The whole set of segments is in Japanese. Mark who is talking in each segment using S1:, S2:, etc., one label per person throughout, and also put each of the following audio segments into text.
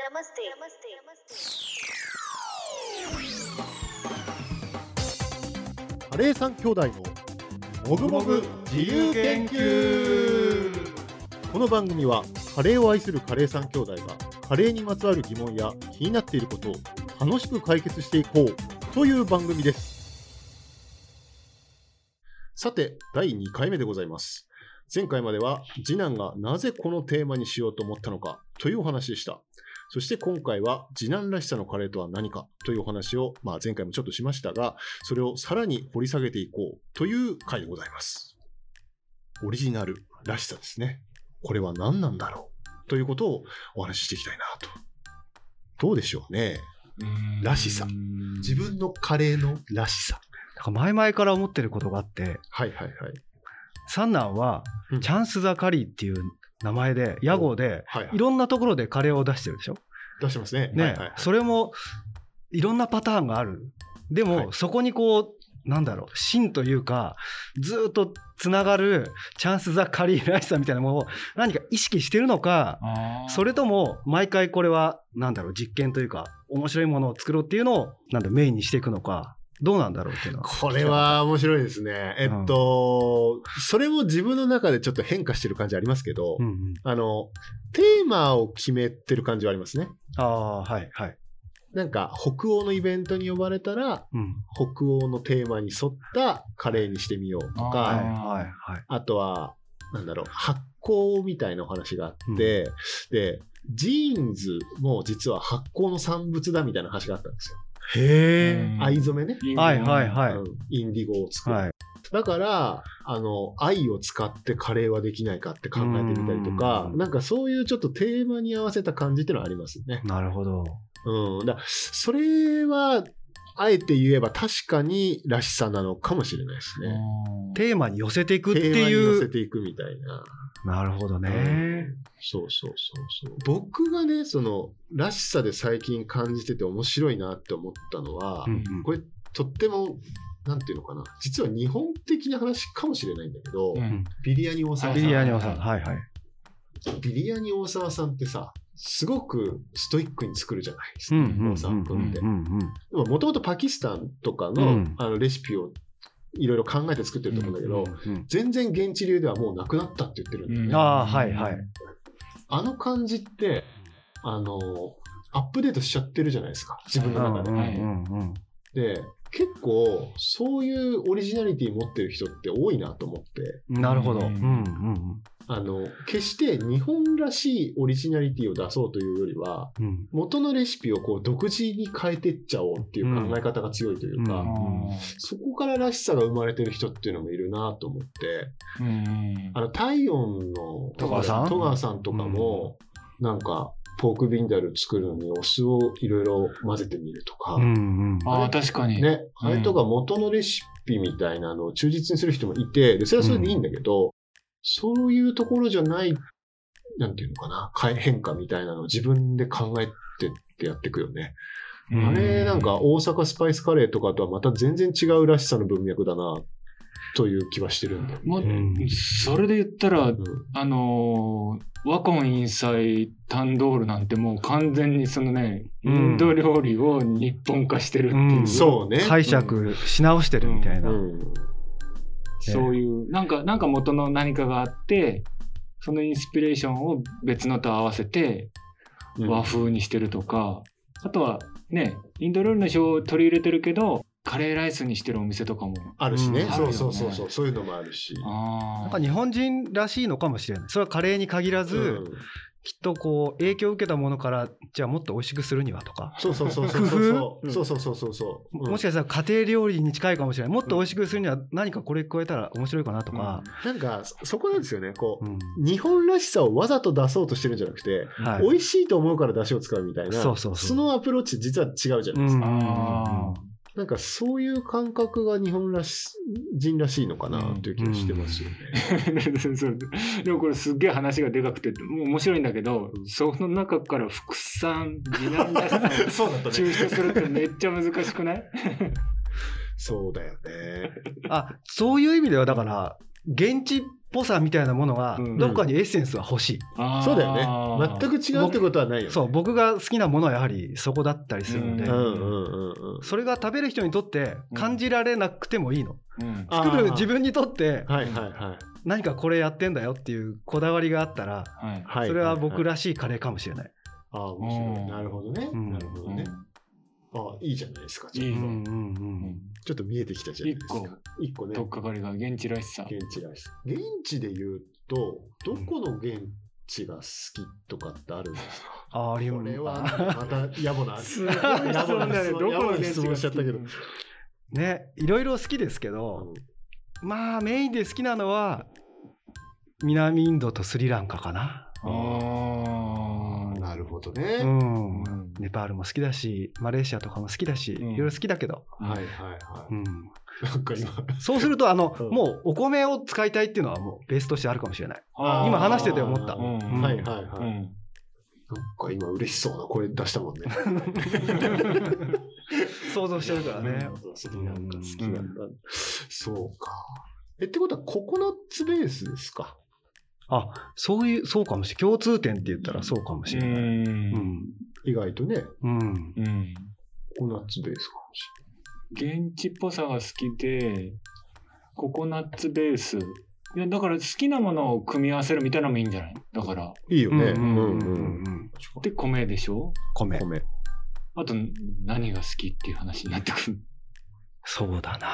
S1: नमस्ते नमस्ते नमस्ते
S2: カレーさん兄弟のもぐもぐ自由研究この番組はカレーを愛するカレーさん兄弟がカレーにまつわる疑問や気になっていることを楽しく解決していこうという番組ですさて第2回目でございます前回までは次男がなぜこのテーマにしようと思ったのかというお話でしたそして今回は次男らしさのカレーとは何かというお話を、まあ、前回もちょっとしましたがそれをさらに掘り下げていこうという回でございます。オリジナルらしさですね。これは何なんだろうということをお話ししていきたいなと。どうでしょうね。らしさ自
S3: 自分
S2: 分のカレーのらしさ。
S3: なんか前々から思ってることがあって
S2: はいはいはい。
S3: 三男は
S2: うん
S3: チャンス・ザ・カリーっていう名前で屋号で
S2: はいはい
S3: いろんなところでカレーを出してるでしょ、
S2: 出してますね。は
S3: ね
S2: いはいはい
S3: それもいろんなパターンがあるでも、
S2: はい
S3: そこにこうなんだろう芯というかずーっとつながるチャンス・ザ・カリーらしさみたいなものを何か意識してるのかそれとも毎回これはなんだろう実験というか面白いものを作ろうっていうのをなんだメインにしていくのかどうなんだろうっていうのは
S2: これは面白いですね。えっと、それも自分の中でちょっと変化してる感じありますけど、
S3: うんうん、
S2: あの、テーマを決めてる感じはありますね。
S3: ああはいはい、
S2: なんか、北欧のイベントに呼ばれたら、
S3: うん、
S2: 北欧のテーマに沿ったカレーにしてみようと
S3: はい
S2: か、
S3: はいはい
S2: あとは、なんだろう、発酵みたいなお話があって、で、ジーンズも実は発酵の産物だみたいな話があったんですよ。
S3: へ
S2: 藍染めね。
S3: えはいはいはい、
S2: うんインディゴを作る。
S3: はい
S2: だから、あの、愛を使ってカレーはできないかって考えてみたりとか、
S3: うん
S2: なんかそういうちょっとテーマに合わせた感じっていうのはありますよね。
S3: なるほど
S2: うん、だそれは、あえて言えば確かにらしさなのかもしれないですね。
S3: テーマに寄せていくって
S2: 平和に寄
S3: い
S2: せ
S3: う
S2: ていくみたいな。
S3: なるほどね
S2: そうそうそうそう。僕がね、その、らしさで最近感じてて面白いなって思ったのは、
S3: うん
S2: これ、とっても、なんていうのかな。実は日本的な話かもしれないんだけど、
S3: うん
S2: ビリヤニ大沢さん。
S3: ビリヤニオさんはいはい
S2: ビリヤニ大沢さんってさ、すごくストイックに作るじゃないです
S3: う
S2: か。
S3: んうん
S2: 大
S3: う
S2: 沢
S3: ん
S2: 君って。
S3: うんうん
S2: もともとパキスタンとかの,、
S3: うん
S2: あのレシピをいろいろ考えて作ってると思うんだけど、
S3: うん
S2: 全然現地流ではもうなくなったって言ってるんだよね。あ
S3: ああはいはい
S2: の感じって、あの、アップデートしちゃってるじゃないですか、自分
S3: う
S2: の中
S3: ん
S2: で。
S3: うんうんうん
S2: で、結構そういうオリジナリティ持ってる人って多いなと思って、
S3: なるほど
S4: う
S3: うんんうん
S2: あの、決して日本らしいオリジナリティを出そうというよりは、
S3: うん
S2: 元のレシピをこう独自に変えてっちゃおうっていう考え方が強いというか、
S3: うん
S2: そこかららしさが生まれてる人っていうのもいるなと思って、あの、体温の
S3: 戸川さん
S2: 戸川さんとかも、なんか、ポークビンダル作るのにお酢をいろいろ混ぜてみるとか、
S3: うんうん
S4: ああ、確かに。
S2: ね、
S4: うん
S2: あれとか元のレシピみたいなのを忠実にする人もいて、でそれはそれでいいんだけど、そういうところじゃない、なんていうのかな、変え変化みたいなのを自分で考えてってやっていくよね。
S4: うん
S2: あれなんか、大阪スパイスカレーとかとはまた全然違うらしさの文脈だなという気はしてるんだよね。
S4: もうそれで言ったら、あのーワコンインサイタンドールなんてもう完全にそのね、
S3: うん
S4: インド料理を日本化してるっていう、
S3: うん
S2: そうね。。
S3: 解釈し直してるみたいうなん
S4: そういう、なんか、なんか元の何かがあって、そのインスピレーションを別のと合わせて
S2: うん
S4: 和風にしてるとか、あとはね、インド料理の書を取り入れてるけど、カレーライスにしてるお店とかも。
S2: あるし
S3: う
S2: ね。
S3: ん
S2: そうそうそう
S4: ある
S2: そ
S4: よ
S2: う。そういうのもあるし。
S4: あ
S3: な
S4: あ。
S3: んか日本人らしいのかもしれないそれはカレーに限らず、
S2: うん
S3: きっとこう影響を受けたものからじゃあもっと美味しくするにはとか、
S2: そうそうそうそう
S3: 工
S2: そ
S3: 夫
S2: う。そうそうそうそうそう。うん
S3: もしかしたら家庭料理に近いかもしれないもっと美味しくするには何かこれ加えたら面白いかなとか、
S2: なんかそそこなんですよね。こ
S3: うん
S2: う日本らしさをわざと出そうとしてるんじゃなくて、
S3: はい
S2: 美味しいと思うから出汁を使うみたいな。
S3: そうそうそう
S2: そのアプローチ実は違うじゃ
S3: う
S2: なんいです
S3: う
S2: か。
S3: んうんうん
S4: あー
S2: なんかそういう感覚が日本らし人らしいのかなという気がしてますよね。
S4: そうでもこれすっげえ話がでかくてもう面白いんだけど、その中から副産次男らしさ
S2: そうだ っ
S4: を抽出するってめっちゃ難しくない
S2: そうだよね。
S3: あそういう意味ではだから現地っぽさみたいなものは、
S4: うん
S3: どこかにエッセンスは欲しい。
S4: あー
S2: そうだよね。全く違うってことはないよね。
S3: そう、僕が好きなものはやはりそこだったりするので、
S2: うんうんうんうん。
S3: それが食べる人にとって感じられなくてもいいの。
S4: うん
S2: あ
S3: 作
S2: ー
S3: る自分にとって
S2: はいはいはい。
S3: 何かこれやってんだよっていうこだわりがあったら、
S4: はい。
S2: はい、
S3: それは僕
S2: ら。
S3: らしいカレーかもしれない。
S2: ああ、面白
S4: う
S2: い。
S4: ん
S2: なるほどね。
S3: うん
S2: なるほどね。ああ、いいじゃないですか。ちょっ
S4: い
S2: と
S4: い
S3: うん
S4: ね
S3: うんう
S4: うんん
S2: ちょっと見えてきたじゃないです
S4: 一
S2: か。一個ね。
S4: とっかかりが現地らしさ。
S2: 現地が現地で言うと、どこの現地が好きとかってあるんですか
S3: あーあり
S2: これは、また野 暮な。
S4: すごい質
S2: 問だ
S4: 問だ
S2: ね
S4: ね。
S2: ど
S4: ど
S2: こ
S4: こ
S2: の
S4: の
S2: 現地
S4: 現地
S2: が好き
S4: が
S3: ねいろいろ好きですけど、まあメインで好きなのは南インドとスリランカかな、
S4: ああ
S2: なるほど
S3: う
S2: ね。
S3: ん
S4: う、ん
S3: ネパールも好きだしマレーシアとかも好きだし、
S4: うん
S3: いろいろ好きだけど、
S2: はいはいは
S3: うん、
S2: い。なんか今、
S3: そうするとあの、
S2: うん
S3: もうお米を使いたいっていうのはもうベースとしてあるかもしれない
S4: あー
S3: 今話してて思った
S2: うん
S4: うん
S2: はいはいはい。
S4: う
S2: なん
S4: ん
S2: か今嬉しそうな声出したもんね。
S3: 想像してるからね、
S2: 好きなんか好きなんだ。そうか。え、ってことはココナッツベースですか。
S3: あそういうそうかもしれない共通点って言ったらそうかもしれない、うん
S2: 意外とね、
S3: うん
S4: うん
S2: ココナッツベースかもし
S4: 現地っぽさが好きで、ココナッツベース。いや、だから好きなものを組み合わせるみたいなのもいいんじゃないだから。
S2: れない。いいよね。
S3: うんうんうんうんうん
S4: で、米でしょ
S3: 米
S2: 米。
S4: あと、何が好きっていう話になってくる。
S3: そうだな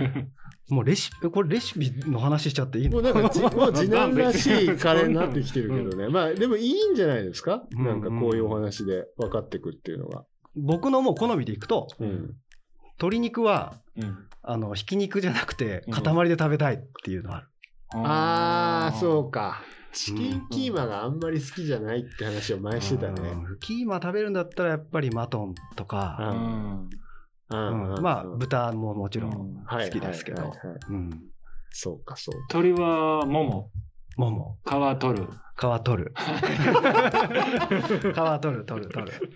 S3: もうレシピこれレシピの話しちゃっていい
S2: も
S3: の
S2: うなんかじ、もう次男らしいカレーになってきてるけどね。まあ、でもいいんじゃないですか。
S3: うん
S2: なんかこういうお話で分かってくっていうのが。
S3: 僕のもう好みでいくと
S2: うん。
S3: 鶏肉は
S4: うん
S3: あのひき肉じゃなくて
S4: うん
S3: 塊で食べたいっていうのはある、
S2: あー、そう
S4: か。
S2: か。チキンキーマがあんまり好きじゃないって話を前してたね。
S3: うんキーマ食べるんだったらやっぱりマトン
S2: う
S3: と
S4: う
S3: か、
S4: ん。
S3: うんまあ豚ももちろん、
S4: うん
S2: あ
S3: 好きですけどうん、
S2: そうか、そうか。
S4: 鳥は、もも。
S3: もも
S4: 皮取る。
S3: 皮取 る皮取る取る取る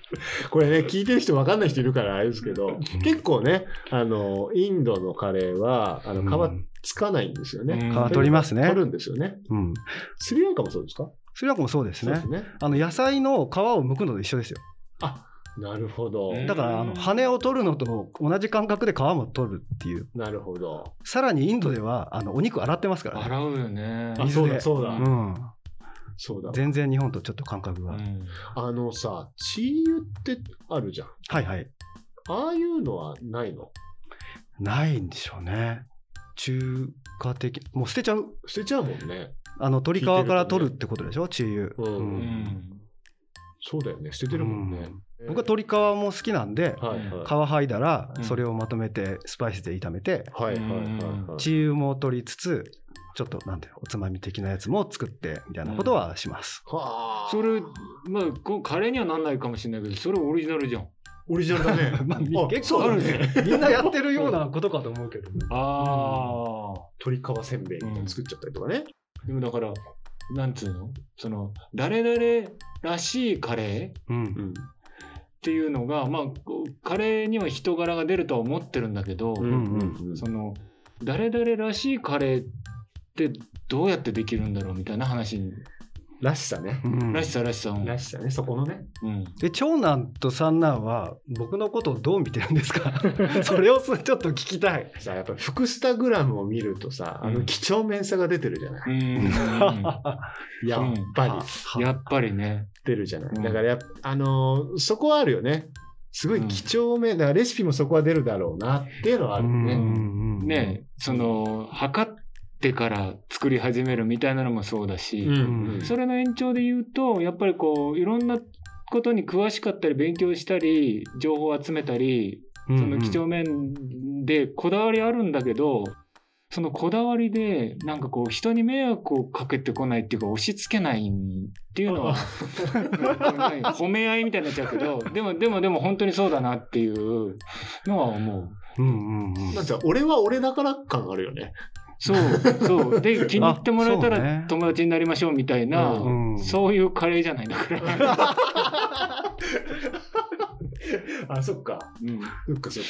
S2: これね、聞いてる人分かんない人いるからあれですけど、結構ね、あの、インドのカレーは、あの、
S3: う
S2: 皮
S3: ん
S2: つかないんですよね。
S3: 皮取りますね
S2: 取るんですよね。
S3: うん
S2: スリランカもそうですか
S3: スリランカもそうですね
S2: ね。
S3: あの野菜の皮を剥くのと一緒ですよ
S2: あ、なるほど。
S4: うん
S3: だからあの羽を取るのと同じ感覚で皮も取るっていう
S2: なるほど。
S3: さらにインドではあのお肉洗ってますからね、
S4: 洗うよね。
S2: あ、
S3: 水
S2: そう
S3: で
S2: だ、そうだ。
S4: う
S3: うん、
S2: そうだ。
S3: 全然日本とちょっと感覚が、
S4: うん
S2: あのさ、チー油ってあるじゃん。
S3: はいはい
S2: ああいうのはないの
S3: ないんでしょうね中華的もう捨てちゃう
S2: 捨てちゃうもんね。
S3: あの鶏皮から取るってことでしょ中油、
S2: うん
S4: う
S2: うん
S4: ん。
S2: そうだよね。捨ててるもんね。
S3: 僕は鶏皮も好きなんで
S2: はい
S3: 皮
S2: は
S3: 剥いだら
S4: うん
S3: それをまとめてスパイスで炒めて
S2: い。はいはいはいはい。
S3: 中油も取りつつちょっとなんていうのおつまみ的なやつも作ってみたいなことはします、
S2: はあ。
S4: それ、まあ、こうカレーにはなんないかもしれないけど、それオリジナルじゃん。
S2: オリジナルだね
S3: 。まあ
S2: あ
S3: 結
S2: そう
S3: 構
S2: だね。
S3: みんなやってるような ことかと思うけど、
S4: ああ。
S2: 鶏皮せんべいみたいなの作っちゃったりとかね。
S4: でもだから、なんつうのその、誰々らしいカレーっ
S3: うん
S2: うん。
S4: ていうのが、まあ、こうカレーには人柄が出るとは思ってるんだけど、
S2: うんうんうん。
S4: その、誰々らしいカレーってどうやってできるんだろうみたいな話に、
S2: らしさね。
S3: うん
S4: らしさらしさを。
S2: らしさね。そこのね。
S4: うん。
S3: で長男と三男は僕のことをどう見てるんです かそれをすちょっと聞きたい
S2: さやっぱり副スタグラムを見るとさ、あの几帳面さが出てるじゃな
S4: う
S2: い。
S4: ん
S2: やっぱり。
S4: や
S3: や
S4: っぱりね。
S2: 出るじゃない。
S4: うん
S2: だからやっぱ、あのーそこはあるよね。すごい几帳面、だからレシピもそこは出るだろうなっていうのはあるよね。
S4: ね、その、測ってから作り始めるみたいなのもそうだし、
S3: うん
S4: それの延長で言うと、やっぱりこう、いろんなことに詳しかったり、勉強したり、情報を集めたり、
S3: そ
S4: その几帳面でこだわりあるんだけど、そのこだわりで、なんかこう、人に迷惑をかけてこないっていうか、押し付けないっていうのは、 褒め合いみたいになっちゃうけど、でも、でも、でも本当にそうだなっていうのは思う。
S3: うんうんうん
S2: なんか俺は俺だから感あるよね。
S4: そう、そう。で、気に入ってもらえた
S3: あそうね
S4: ら友達になりましょうみたいな、
S2: う
S3: うん
S4: そういうカレーじゃないんだから。
S2: あ、そっか。
S4: うん
S2: そっかそっか。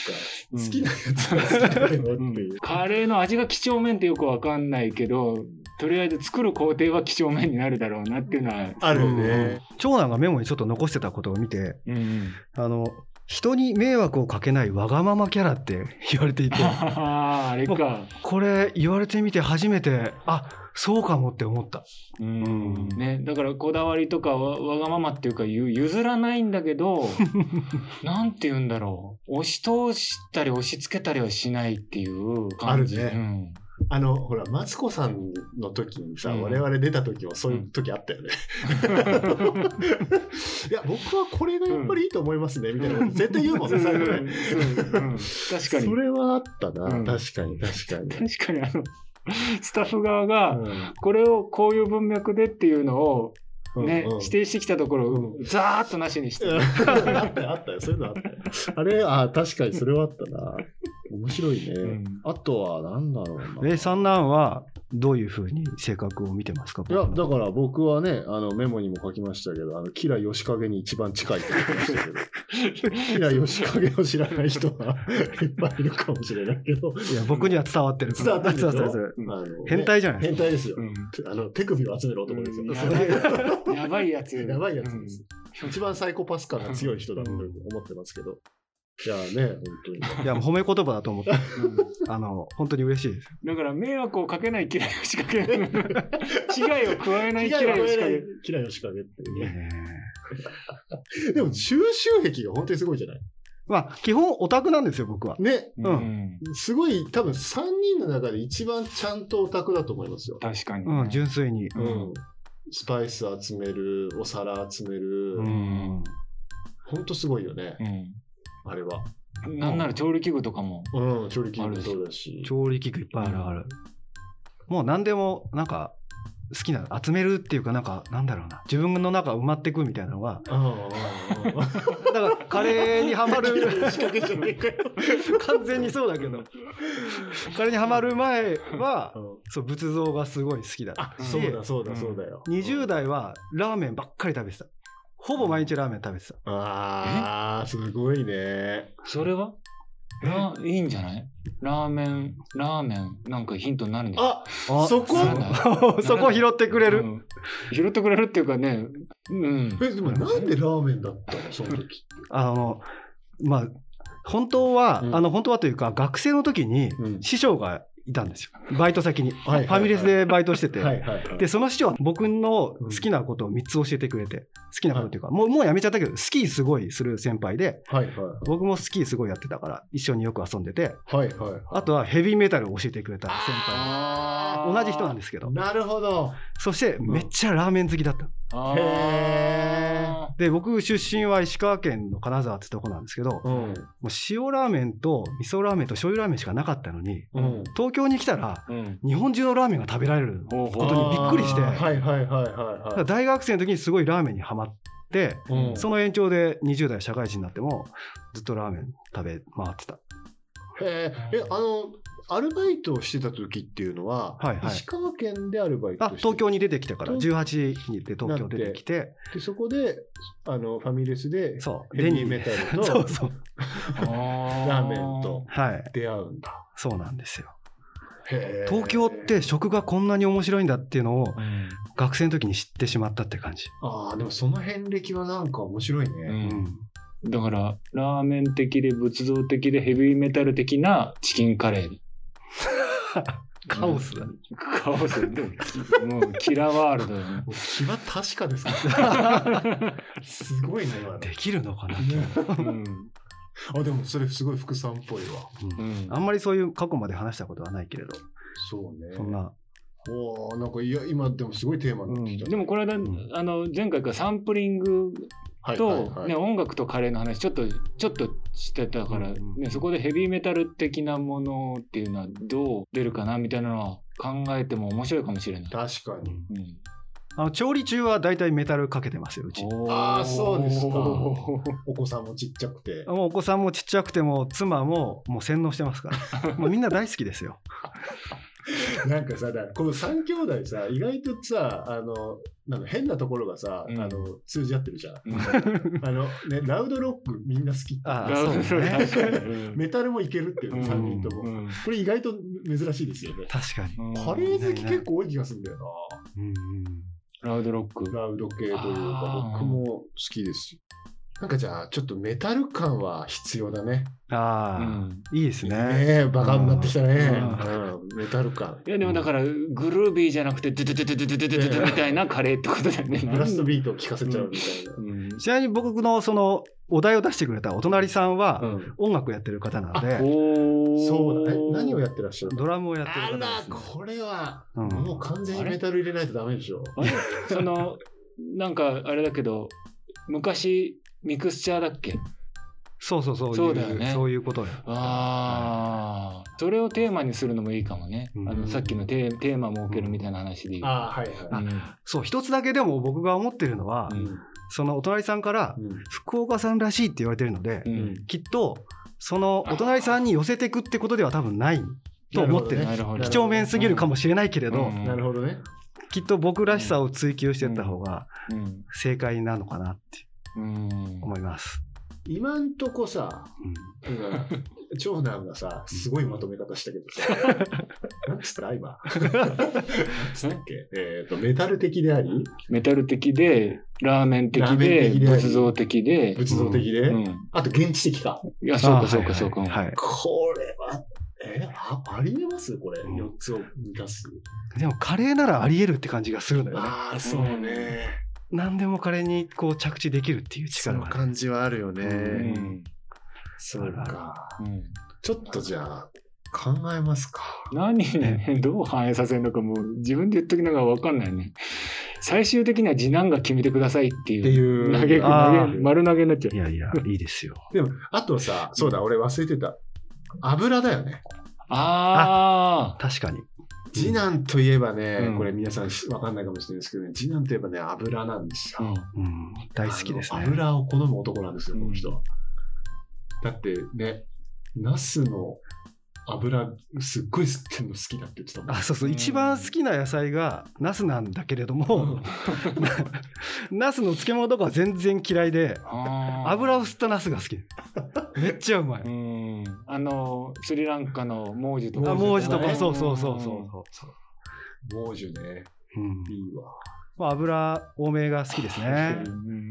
S4: うん
S2: 好きなやつは好きだよ
S4: うん
S2: っていう。
S4: カレーの味が几帳面ってよくわかんないけどとりあえず作る工程は几帳面になるだろうなっていうのは、
S2: ある
S3: うん
S2: ね。
S3: 長男がメモにちょっと残してたことを見て
S4: うんうん、
S3: あの人に迷惑をかけないわがままキャラって言われていて
S4: あーあれか、
S3: これ言われてみて初めてあそうかもって思った
S4: うんね、だからこだわりとかわわがままっていうかゆ譲らないんだけ どなんて言うんだろう押し通したり押し付けたりはしないっていう感じ
S2: あるね
S4: うん
S2: あの、ほら、マツコさんの時にさ、
S4: うん
S2: 我々出た時もそういう時あったよね。 いや、僕はこれがやっぱりいいと思いますね、みたいなこと絶対言うもんね、最後
S4: うん
S2: ね。
S4: うんうん確かに
S2: それはあったな。
S4: うん
S2: 確かに、確かに。
S4: 確かにあのスタッフ側が、
S2: うん
S4: これをこういう文脈でっていうのを、ね
S2: うんうん
S4: 指定してきたところ、
S2: う
S4: ザーッとなしにして、
S2: あったよ、あったよ、そういうのあったよ。あれ、あ確かにそれはあったな。面白いね。
S4: うん
S2: あとは、なんだろうな。
S3: で三男はどういうふうに性格を見てますか
S2: いや、だから僕はね、あのメモにも書きましたけど、あの、キラヨシカゲに一番近いって書きましたけど、キラヨシカゲを知らない人は いっぱいいるかもしれないけど、
S3: いや僕には伝わってる
S2: 伝わったんでしょ
S3: 伝わってる
S2: あのね
S3: 変態じゃないです
S2: 変
S3: か
S2: 態ですよ
S4: う。ん
S2: あの、手首を集める男ですよ。
S4: うん やばいやばいやつ
S2: やばいやつです。一番サイコパス感が強い人だと思ってますけど。いやね、本当に。
S3: いやもう褒め言葉だと 思って
S4: うんうん
S3: あの本当に嬉しいです
S4: だから迷惑をかけない嫌いを仕掛ける危害を加えない嫌いを仕掛ける
S2: キラヨシカゲっていうね。
S3: ね
S2: でも、収集癖が本当にすごいじゃない
S3: まあ基本オタクなんですよ僕は
S2: ね、
S3: う
S2: すごい、多分3人の中で一番ちゃんとオタクだと思いますよ。
S4: 確かに、
S3: うん純粋に
S4: うん
S2: うんスパイス集める、お皿集める、
S3: う
S2: 本
S3: ん
S2: 当ほんとすごいよね、
S4: う
S2: あれは。
S4: んなんなら調理器具とかも、
S2: うん、調理器もそうだし。
S3: 調理器具いっぱいあるあるもう何でもなんか好きなの集めるっていうかなんかなんだろうな自分の中埋まっていくみたいなのが
S2: うんうんうんうん
S3: だからカレーにはま
S2: キラ ヨ
S3: る
S2: シカゲじゃねえかよ
S3: 完全にそうだけどカレーにはまる前は
S2: うん
S3: そう仏像がすごい好きだった
S2: あ、そうだそうだそうだよ。
S3: 20代はラーメンばっかり食べてたほぼ毎日ラーメン食べてた
S2: ああ、すごいね。
S4: それはラいいんじゃないラーメンラーメンなんかヒントになるんじゃない
S2: あ、そこ
S4: なんだ
S3: そこ拾ってくれ
S4: う
S3: る
S4: ん拾ってくれるっていうかね、うん、
S2: え、でもなんでラーメンだったのその時。
S3: あのまあ本当は、
S2: うん
S3: あの本当はというか学生の時に
S2: うん
S3: 師匠がいたんですよバイト先に、
S2: はいはい
S3: ファミレスでバイトしてて、
S2: はいはいはい。
S3: でその師匠は僕の好きなことを3つ教えてくれて、好きなことっていうか、もうもうやめちゃったけどスキーすごいする先輩で
S2: はいはい
S3: 僕もスキーすごいやってたから一緒によく遊んでて
S2: はいはい。
S3: あとはヘビーメタルを教えてくれた先輩
S2: あ
S3: 同じ人なん
S2: で
S3: ですけど
S2: なるほど。
S3: そしてめっちゃラーメン好きだった
S4: あー
S2: へ
S3: で僕出身は石川県の金沢ってとこなんですけども
S2: うん。
S3: う塩ラーメンと味噌ラーメンと醤油ラーメンしかなかったのに
S2: うん。
S3: 東京に来たら
S4: うん
S3: 日本中のラーメンが食べられる
S4: ほうほ
S3: こ
S4: う
S3: とにびっくりして
S2: あーはいはいはいはいは
S3: だから大学生の時にすごいラーメンにはまって
S2: い。うん
S3: その延長で20代社会人になってもずっとラーメン食べ回ってた
S2: えーえ、あの、アルバイトをしてた時っていうのは、
S3: はいはい
S2: 石川県でアルバイト
S3: あ
S2: して
S3: 東京に出てきてから
S2: 東
S3: 18にで東京出てきて
S2: でそこであのファミレスで
S3: そう
S2: ヘ
S3: デ
S2: ビー
S3: ニ
S2: メ
S3: ー
S2: タル
S3: そ
S2: と
S3: うそう
S4: ラ
S2: ラーメンと
S3: はい
S2: 出会うんだ。
S3: そうなんですよ
S2: へー
S3: 東京って食がこんなに面白いんだっていうのを学生の時に知ってしまったって感じ
S2: ああ、でもその遍歴はなんか面白い
S4: うん
S2: ね。
S4: だからラーメン的で仏像的でヘビーメタル的なチキンカレー
S3: カオスだ
S4: うんカオスでももうキラーワールドだね
S2: もう気は確か ですね。すごいね、今の
S3: できるのかな
S4: うん
S2: あ、でもそれすごい福さんっぽいわ。
S3: う
S4: うんん
S3: あんまりそういう過去まで話したことはないけれど、
S2: そうね。
S3: そんな、
S2: おーなんかいや、今でもすごいテーマになってきた。
S4: でもこれは
S3: ん
S4: あの前回からサンプリング
S2: はい
S4: と、
S2: はいはい
S4: ね、音楽とカレーの話ちょっとちょっとしてたから、
S3: うんうん
S4: ね、そこでヘビーメタル的なものっていうのはどう出るかなみたいなのは考えても面白いかもしれない。
S2: 確かに。
S4: うん
S3: あの調理中は大体メタルかけてますよ、うち。も
S2: あーそうですか
S4: おー
S2: お子さんもちっちゃくて。
S3: うお子さんもちっちゃくても、妻ももう洗脳してますから、もうみんな大好きですよ。
S2: なんかさ、だからこの3兄弟さ、意外とさ、あの、なんか変なところがさ、
S4: うん
S2: あの通じ合ってるじゃん。
S4: うん
S2: あの、ね、ラウドロックみんな好き。
S3: あ
S4: ラウド
S3: そうね
S4: 確かにうん
S2: メタルもいけるっていう、
S4: うん
S2: 3人とも。
S4: うん
S2: これ意外と珍しいですよね。
S3: 確かに。
S4: うん
S2: カレー好き結構多い気がするんだよ
S3: うん
S4: ラウドロック
S2: な。。ラウド系というか
S4: あ、ー
S2: 僕も好きです。なんかじゃあ、ちょっとメタル感は必要だね。
S3: うん、ああ、
S4: うん
S3: いいですね。
S2: ねえ、バカになってきたね。
S3: う
S2: うんメタル感。
S4: いやでもだからグルービーじゃなくてドゥドゥドゥドゥドゥドゥドゥドゥみたいなカレーってことだよね。
S2: ブラストビートを聴かせちゃうみたいな。
S4: うん
S3: ちなみに僕のそのお題を出してくれたお隣さんは
S2: うん
S3: 音楽やってる方なんで、
S4: おー
S2: そうだね。え何をやってらっしゃる
S3: ドラムをやってる
S2: あ
S3: 方
S2: ら、
S3: です、ね。
S2: これは、
S3: うん
S2: もう完全にメタル入れないとダメでしょ。
S4: あれそのなんかあれだけど昔ミクスチャーだっけ
S3: そうそうそう
S4: そう
S3: い
S4: だよね
S3: そういうことよ。
S4: ああそれをテーマにするのもいいかもね、
S3: うん
S4: あのさっきのテーテーマ設けるみたいな話でいい、うん
S2: ああ、はいは
S3: そう一つだけでも僕が思ってるのは、
S4: う
S2: い。
S4: ん
S3: そのお隣さんから
S2: うん
S3: 福岡さんらしいって言われてるので、
S4: うん
S2: うん
S3: きっとそのお隣さんに寄せていくってことでは多分ないと思ってる。
S4: なるほどね
S3: 几帳面すぎるかもしれないけれど、
S4: うん
S2: なるほどね。
S3: きっと僕らしさを追求していった方が
S4: うん
S3: 正解なのかなって
S4: うん
S3: 思います。
S2: 今んとこさ、
S3: うん
S2: 今長男がさ、すごいまとめ方したけどさ、なんつった今。なんつったっけえっと、メタル的であり、
S4: メタル的でラーメン的
S2: ラーメン
S4: で
S2: 的であり
S4: 仏像的で、
S2: 仏像的
S4: う
S2: で、
S4: ん、
S2: あと現地的か。
S4: いやそう
S3: あー
S4: かそうかそうか、
S3: はいはいはい
S2: これは、えあ、ありえますこれ、4つを満たす。
S3: でもカレーならあり得るって感じがするのよね。
S2: ああ、ね。
S3: 何でもカレーにこう着地できるっていう
S2: そ
S3: 力
S2: の
S3: がね。
S2: 感じはあるよ
S4: う
S2: ね。
S4: ん
S2: そうか。
S4: うん、
S2: ちょっとじゃあ、考えますか。
S4: 何に どう反映させるのかもう自分で言っときながら分かんないね最終的には次男が決めてくださいって
S2: っ
S4: い
S2: て
S4: う
S2: いう。
S4: 投げ
S3: あ
S4: 投げ
S3: ー
S4: 丸投げになっちゃ
S3: いやいや、いいですよ。
S2: でも、あとさ、そうだ、俺忘れてた。油だよね。
S4: うああ
S3: 確かに。
S2: 次男といえばね、
S4: うん
S2: これ皆さんわかんないかもしれないですけどね、次男といえばね、油なんですよ。
S3: うん、大好きです
S2: あの
S3: ね。
S2: 油を好む男なんですよ、
S4: うん
S2: この人は。だってね、ナスの油、すっごい吸ってんの好きだって言ってたもん
S3: あ、。そうそう、
S4: うん
S3: 一番好きな野菜がナスなんだけれども、 ナスの漬物とかは全然嫌いで、油を吸ったナスが好き。めっちゃうまい。
S4: うんあのスリランカのモージュとか
S3: あ、
S2: 猛
S3: も
S2: 獣
S3: うじとか、
S2: ね
S3: そうそうそうそ
S2: 猛獣ね、
S3: う。うん、
S2: いいわ。
S3: まあ油多めが好きです ね。
S4: うん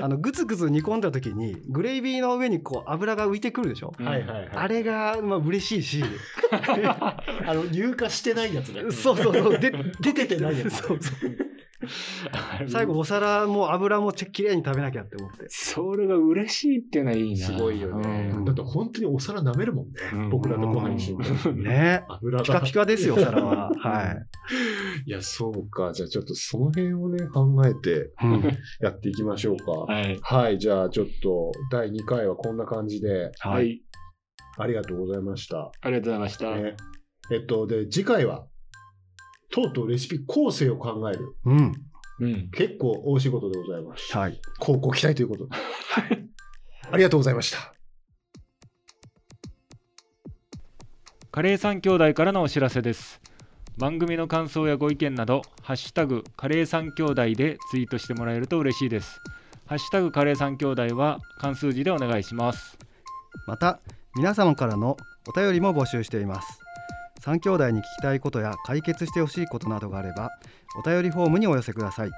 S3: あの、ぐつぐつ煮込んだ時に、グレイビーの上にこう油が浮いてくるでしょ
S2: い
S3: あれが、まあ、嬉しいし、
S2: あの、乳化してないやつね。
S3: そうそうそう、で出て
S2: 出てないやつ
S3: そうそう最後、お皿も油もちきれいに食べなきゃって思って。
S4: それが嬉しいっていうのはいいな
S2: すごいよね。
S4: うん
S2: だって本当にお皿舐めるもんね。
S4: うん
S2: 僕らとご飯一緒に。
S3: ね
S2: 油が
S3: ピカピカですよ、お皿 は。はい
S2: や、そうか。じゃあちょっとその辺をね、考えて
S3: い。うん
S2: やっていきましょうか。はい、
S4: はい
S2: じゃあちょっと第2回はこんな感じで、
S4: は
S3: はい
S4: い
S2: ありがとうございました。
S4: ありがとうございました
S2: ね、えっと、で、次回は、とうとうレシピ構成を考える。
S3: うん。
S4: うん
S2: 結構大仕事でござい ます。
S3: はい。
S2: 高校期待ということで。ありがとうございました。
S5: カレー三兄弟からのお知らせです番組の感想やご意見などハッシュタグカレー三兄弟でツイートしてもらえると嬉しいですハッシュタグカレー三兄弟は漢数字でお願いします
S3: また、皆様からのお便りも募集しています。三兄弟に聞きたいことや解決してほしいことなどがあれば、お便りフォームにお寄せください。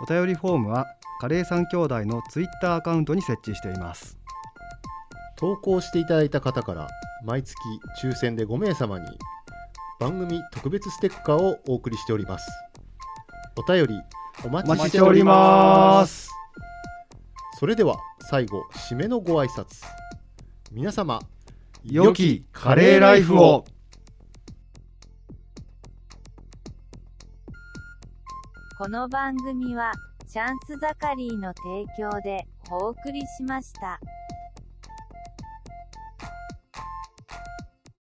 S3: お便りフォームは、カレー三兄弟のツイッターアカウントに設置しています。
S2: 投稿していただいた方から毎月抽選で5名様に番組特別ステッカーをお送りしておりますお便りお
S3: お
S2: 待
S3: 待
S2: ち
S3: ち
S2: し
S3: して
S2: て
S3: お
S2: お
S3: り
S2: り
S3: ま
S2: ます
S3: す。
S2: それでは最後締めのご挨拶皆様
S3: 良きカレーライフを
S1: この番組は、チャンスザカリーの提供でお送りしました。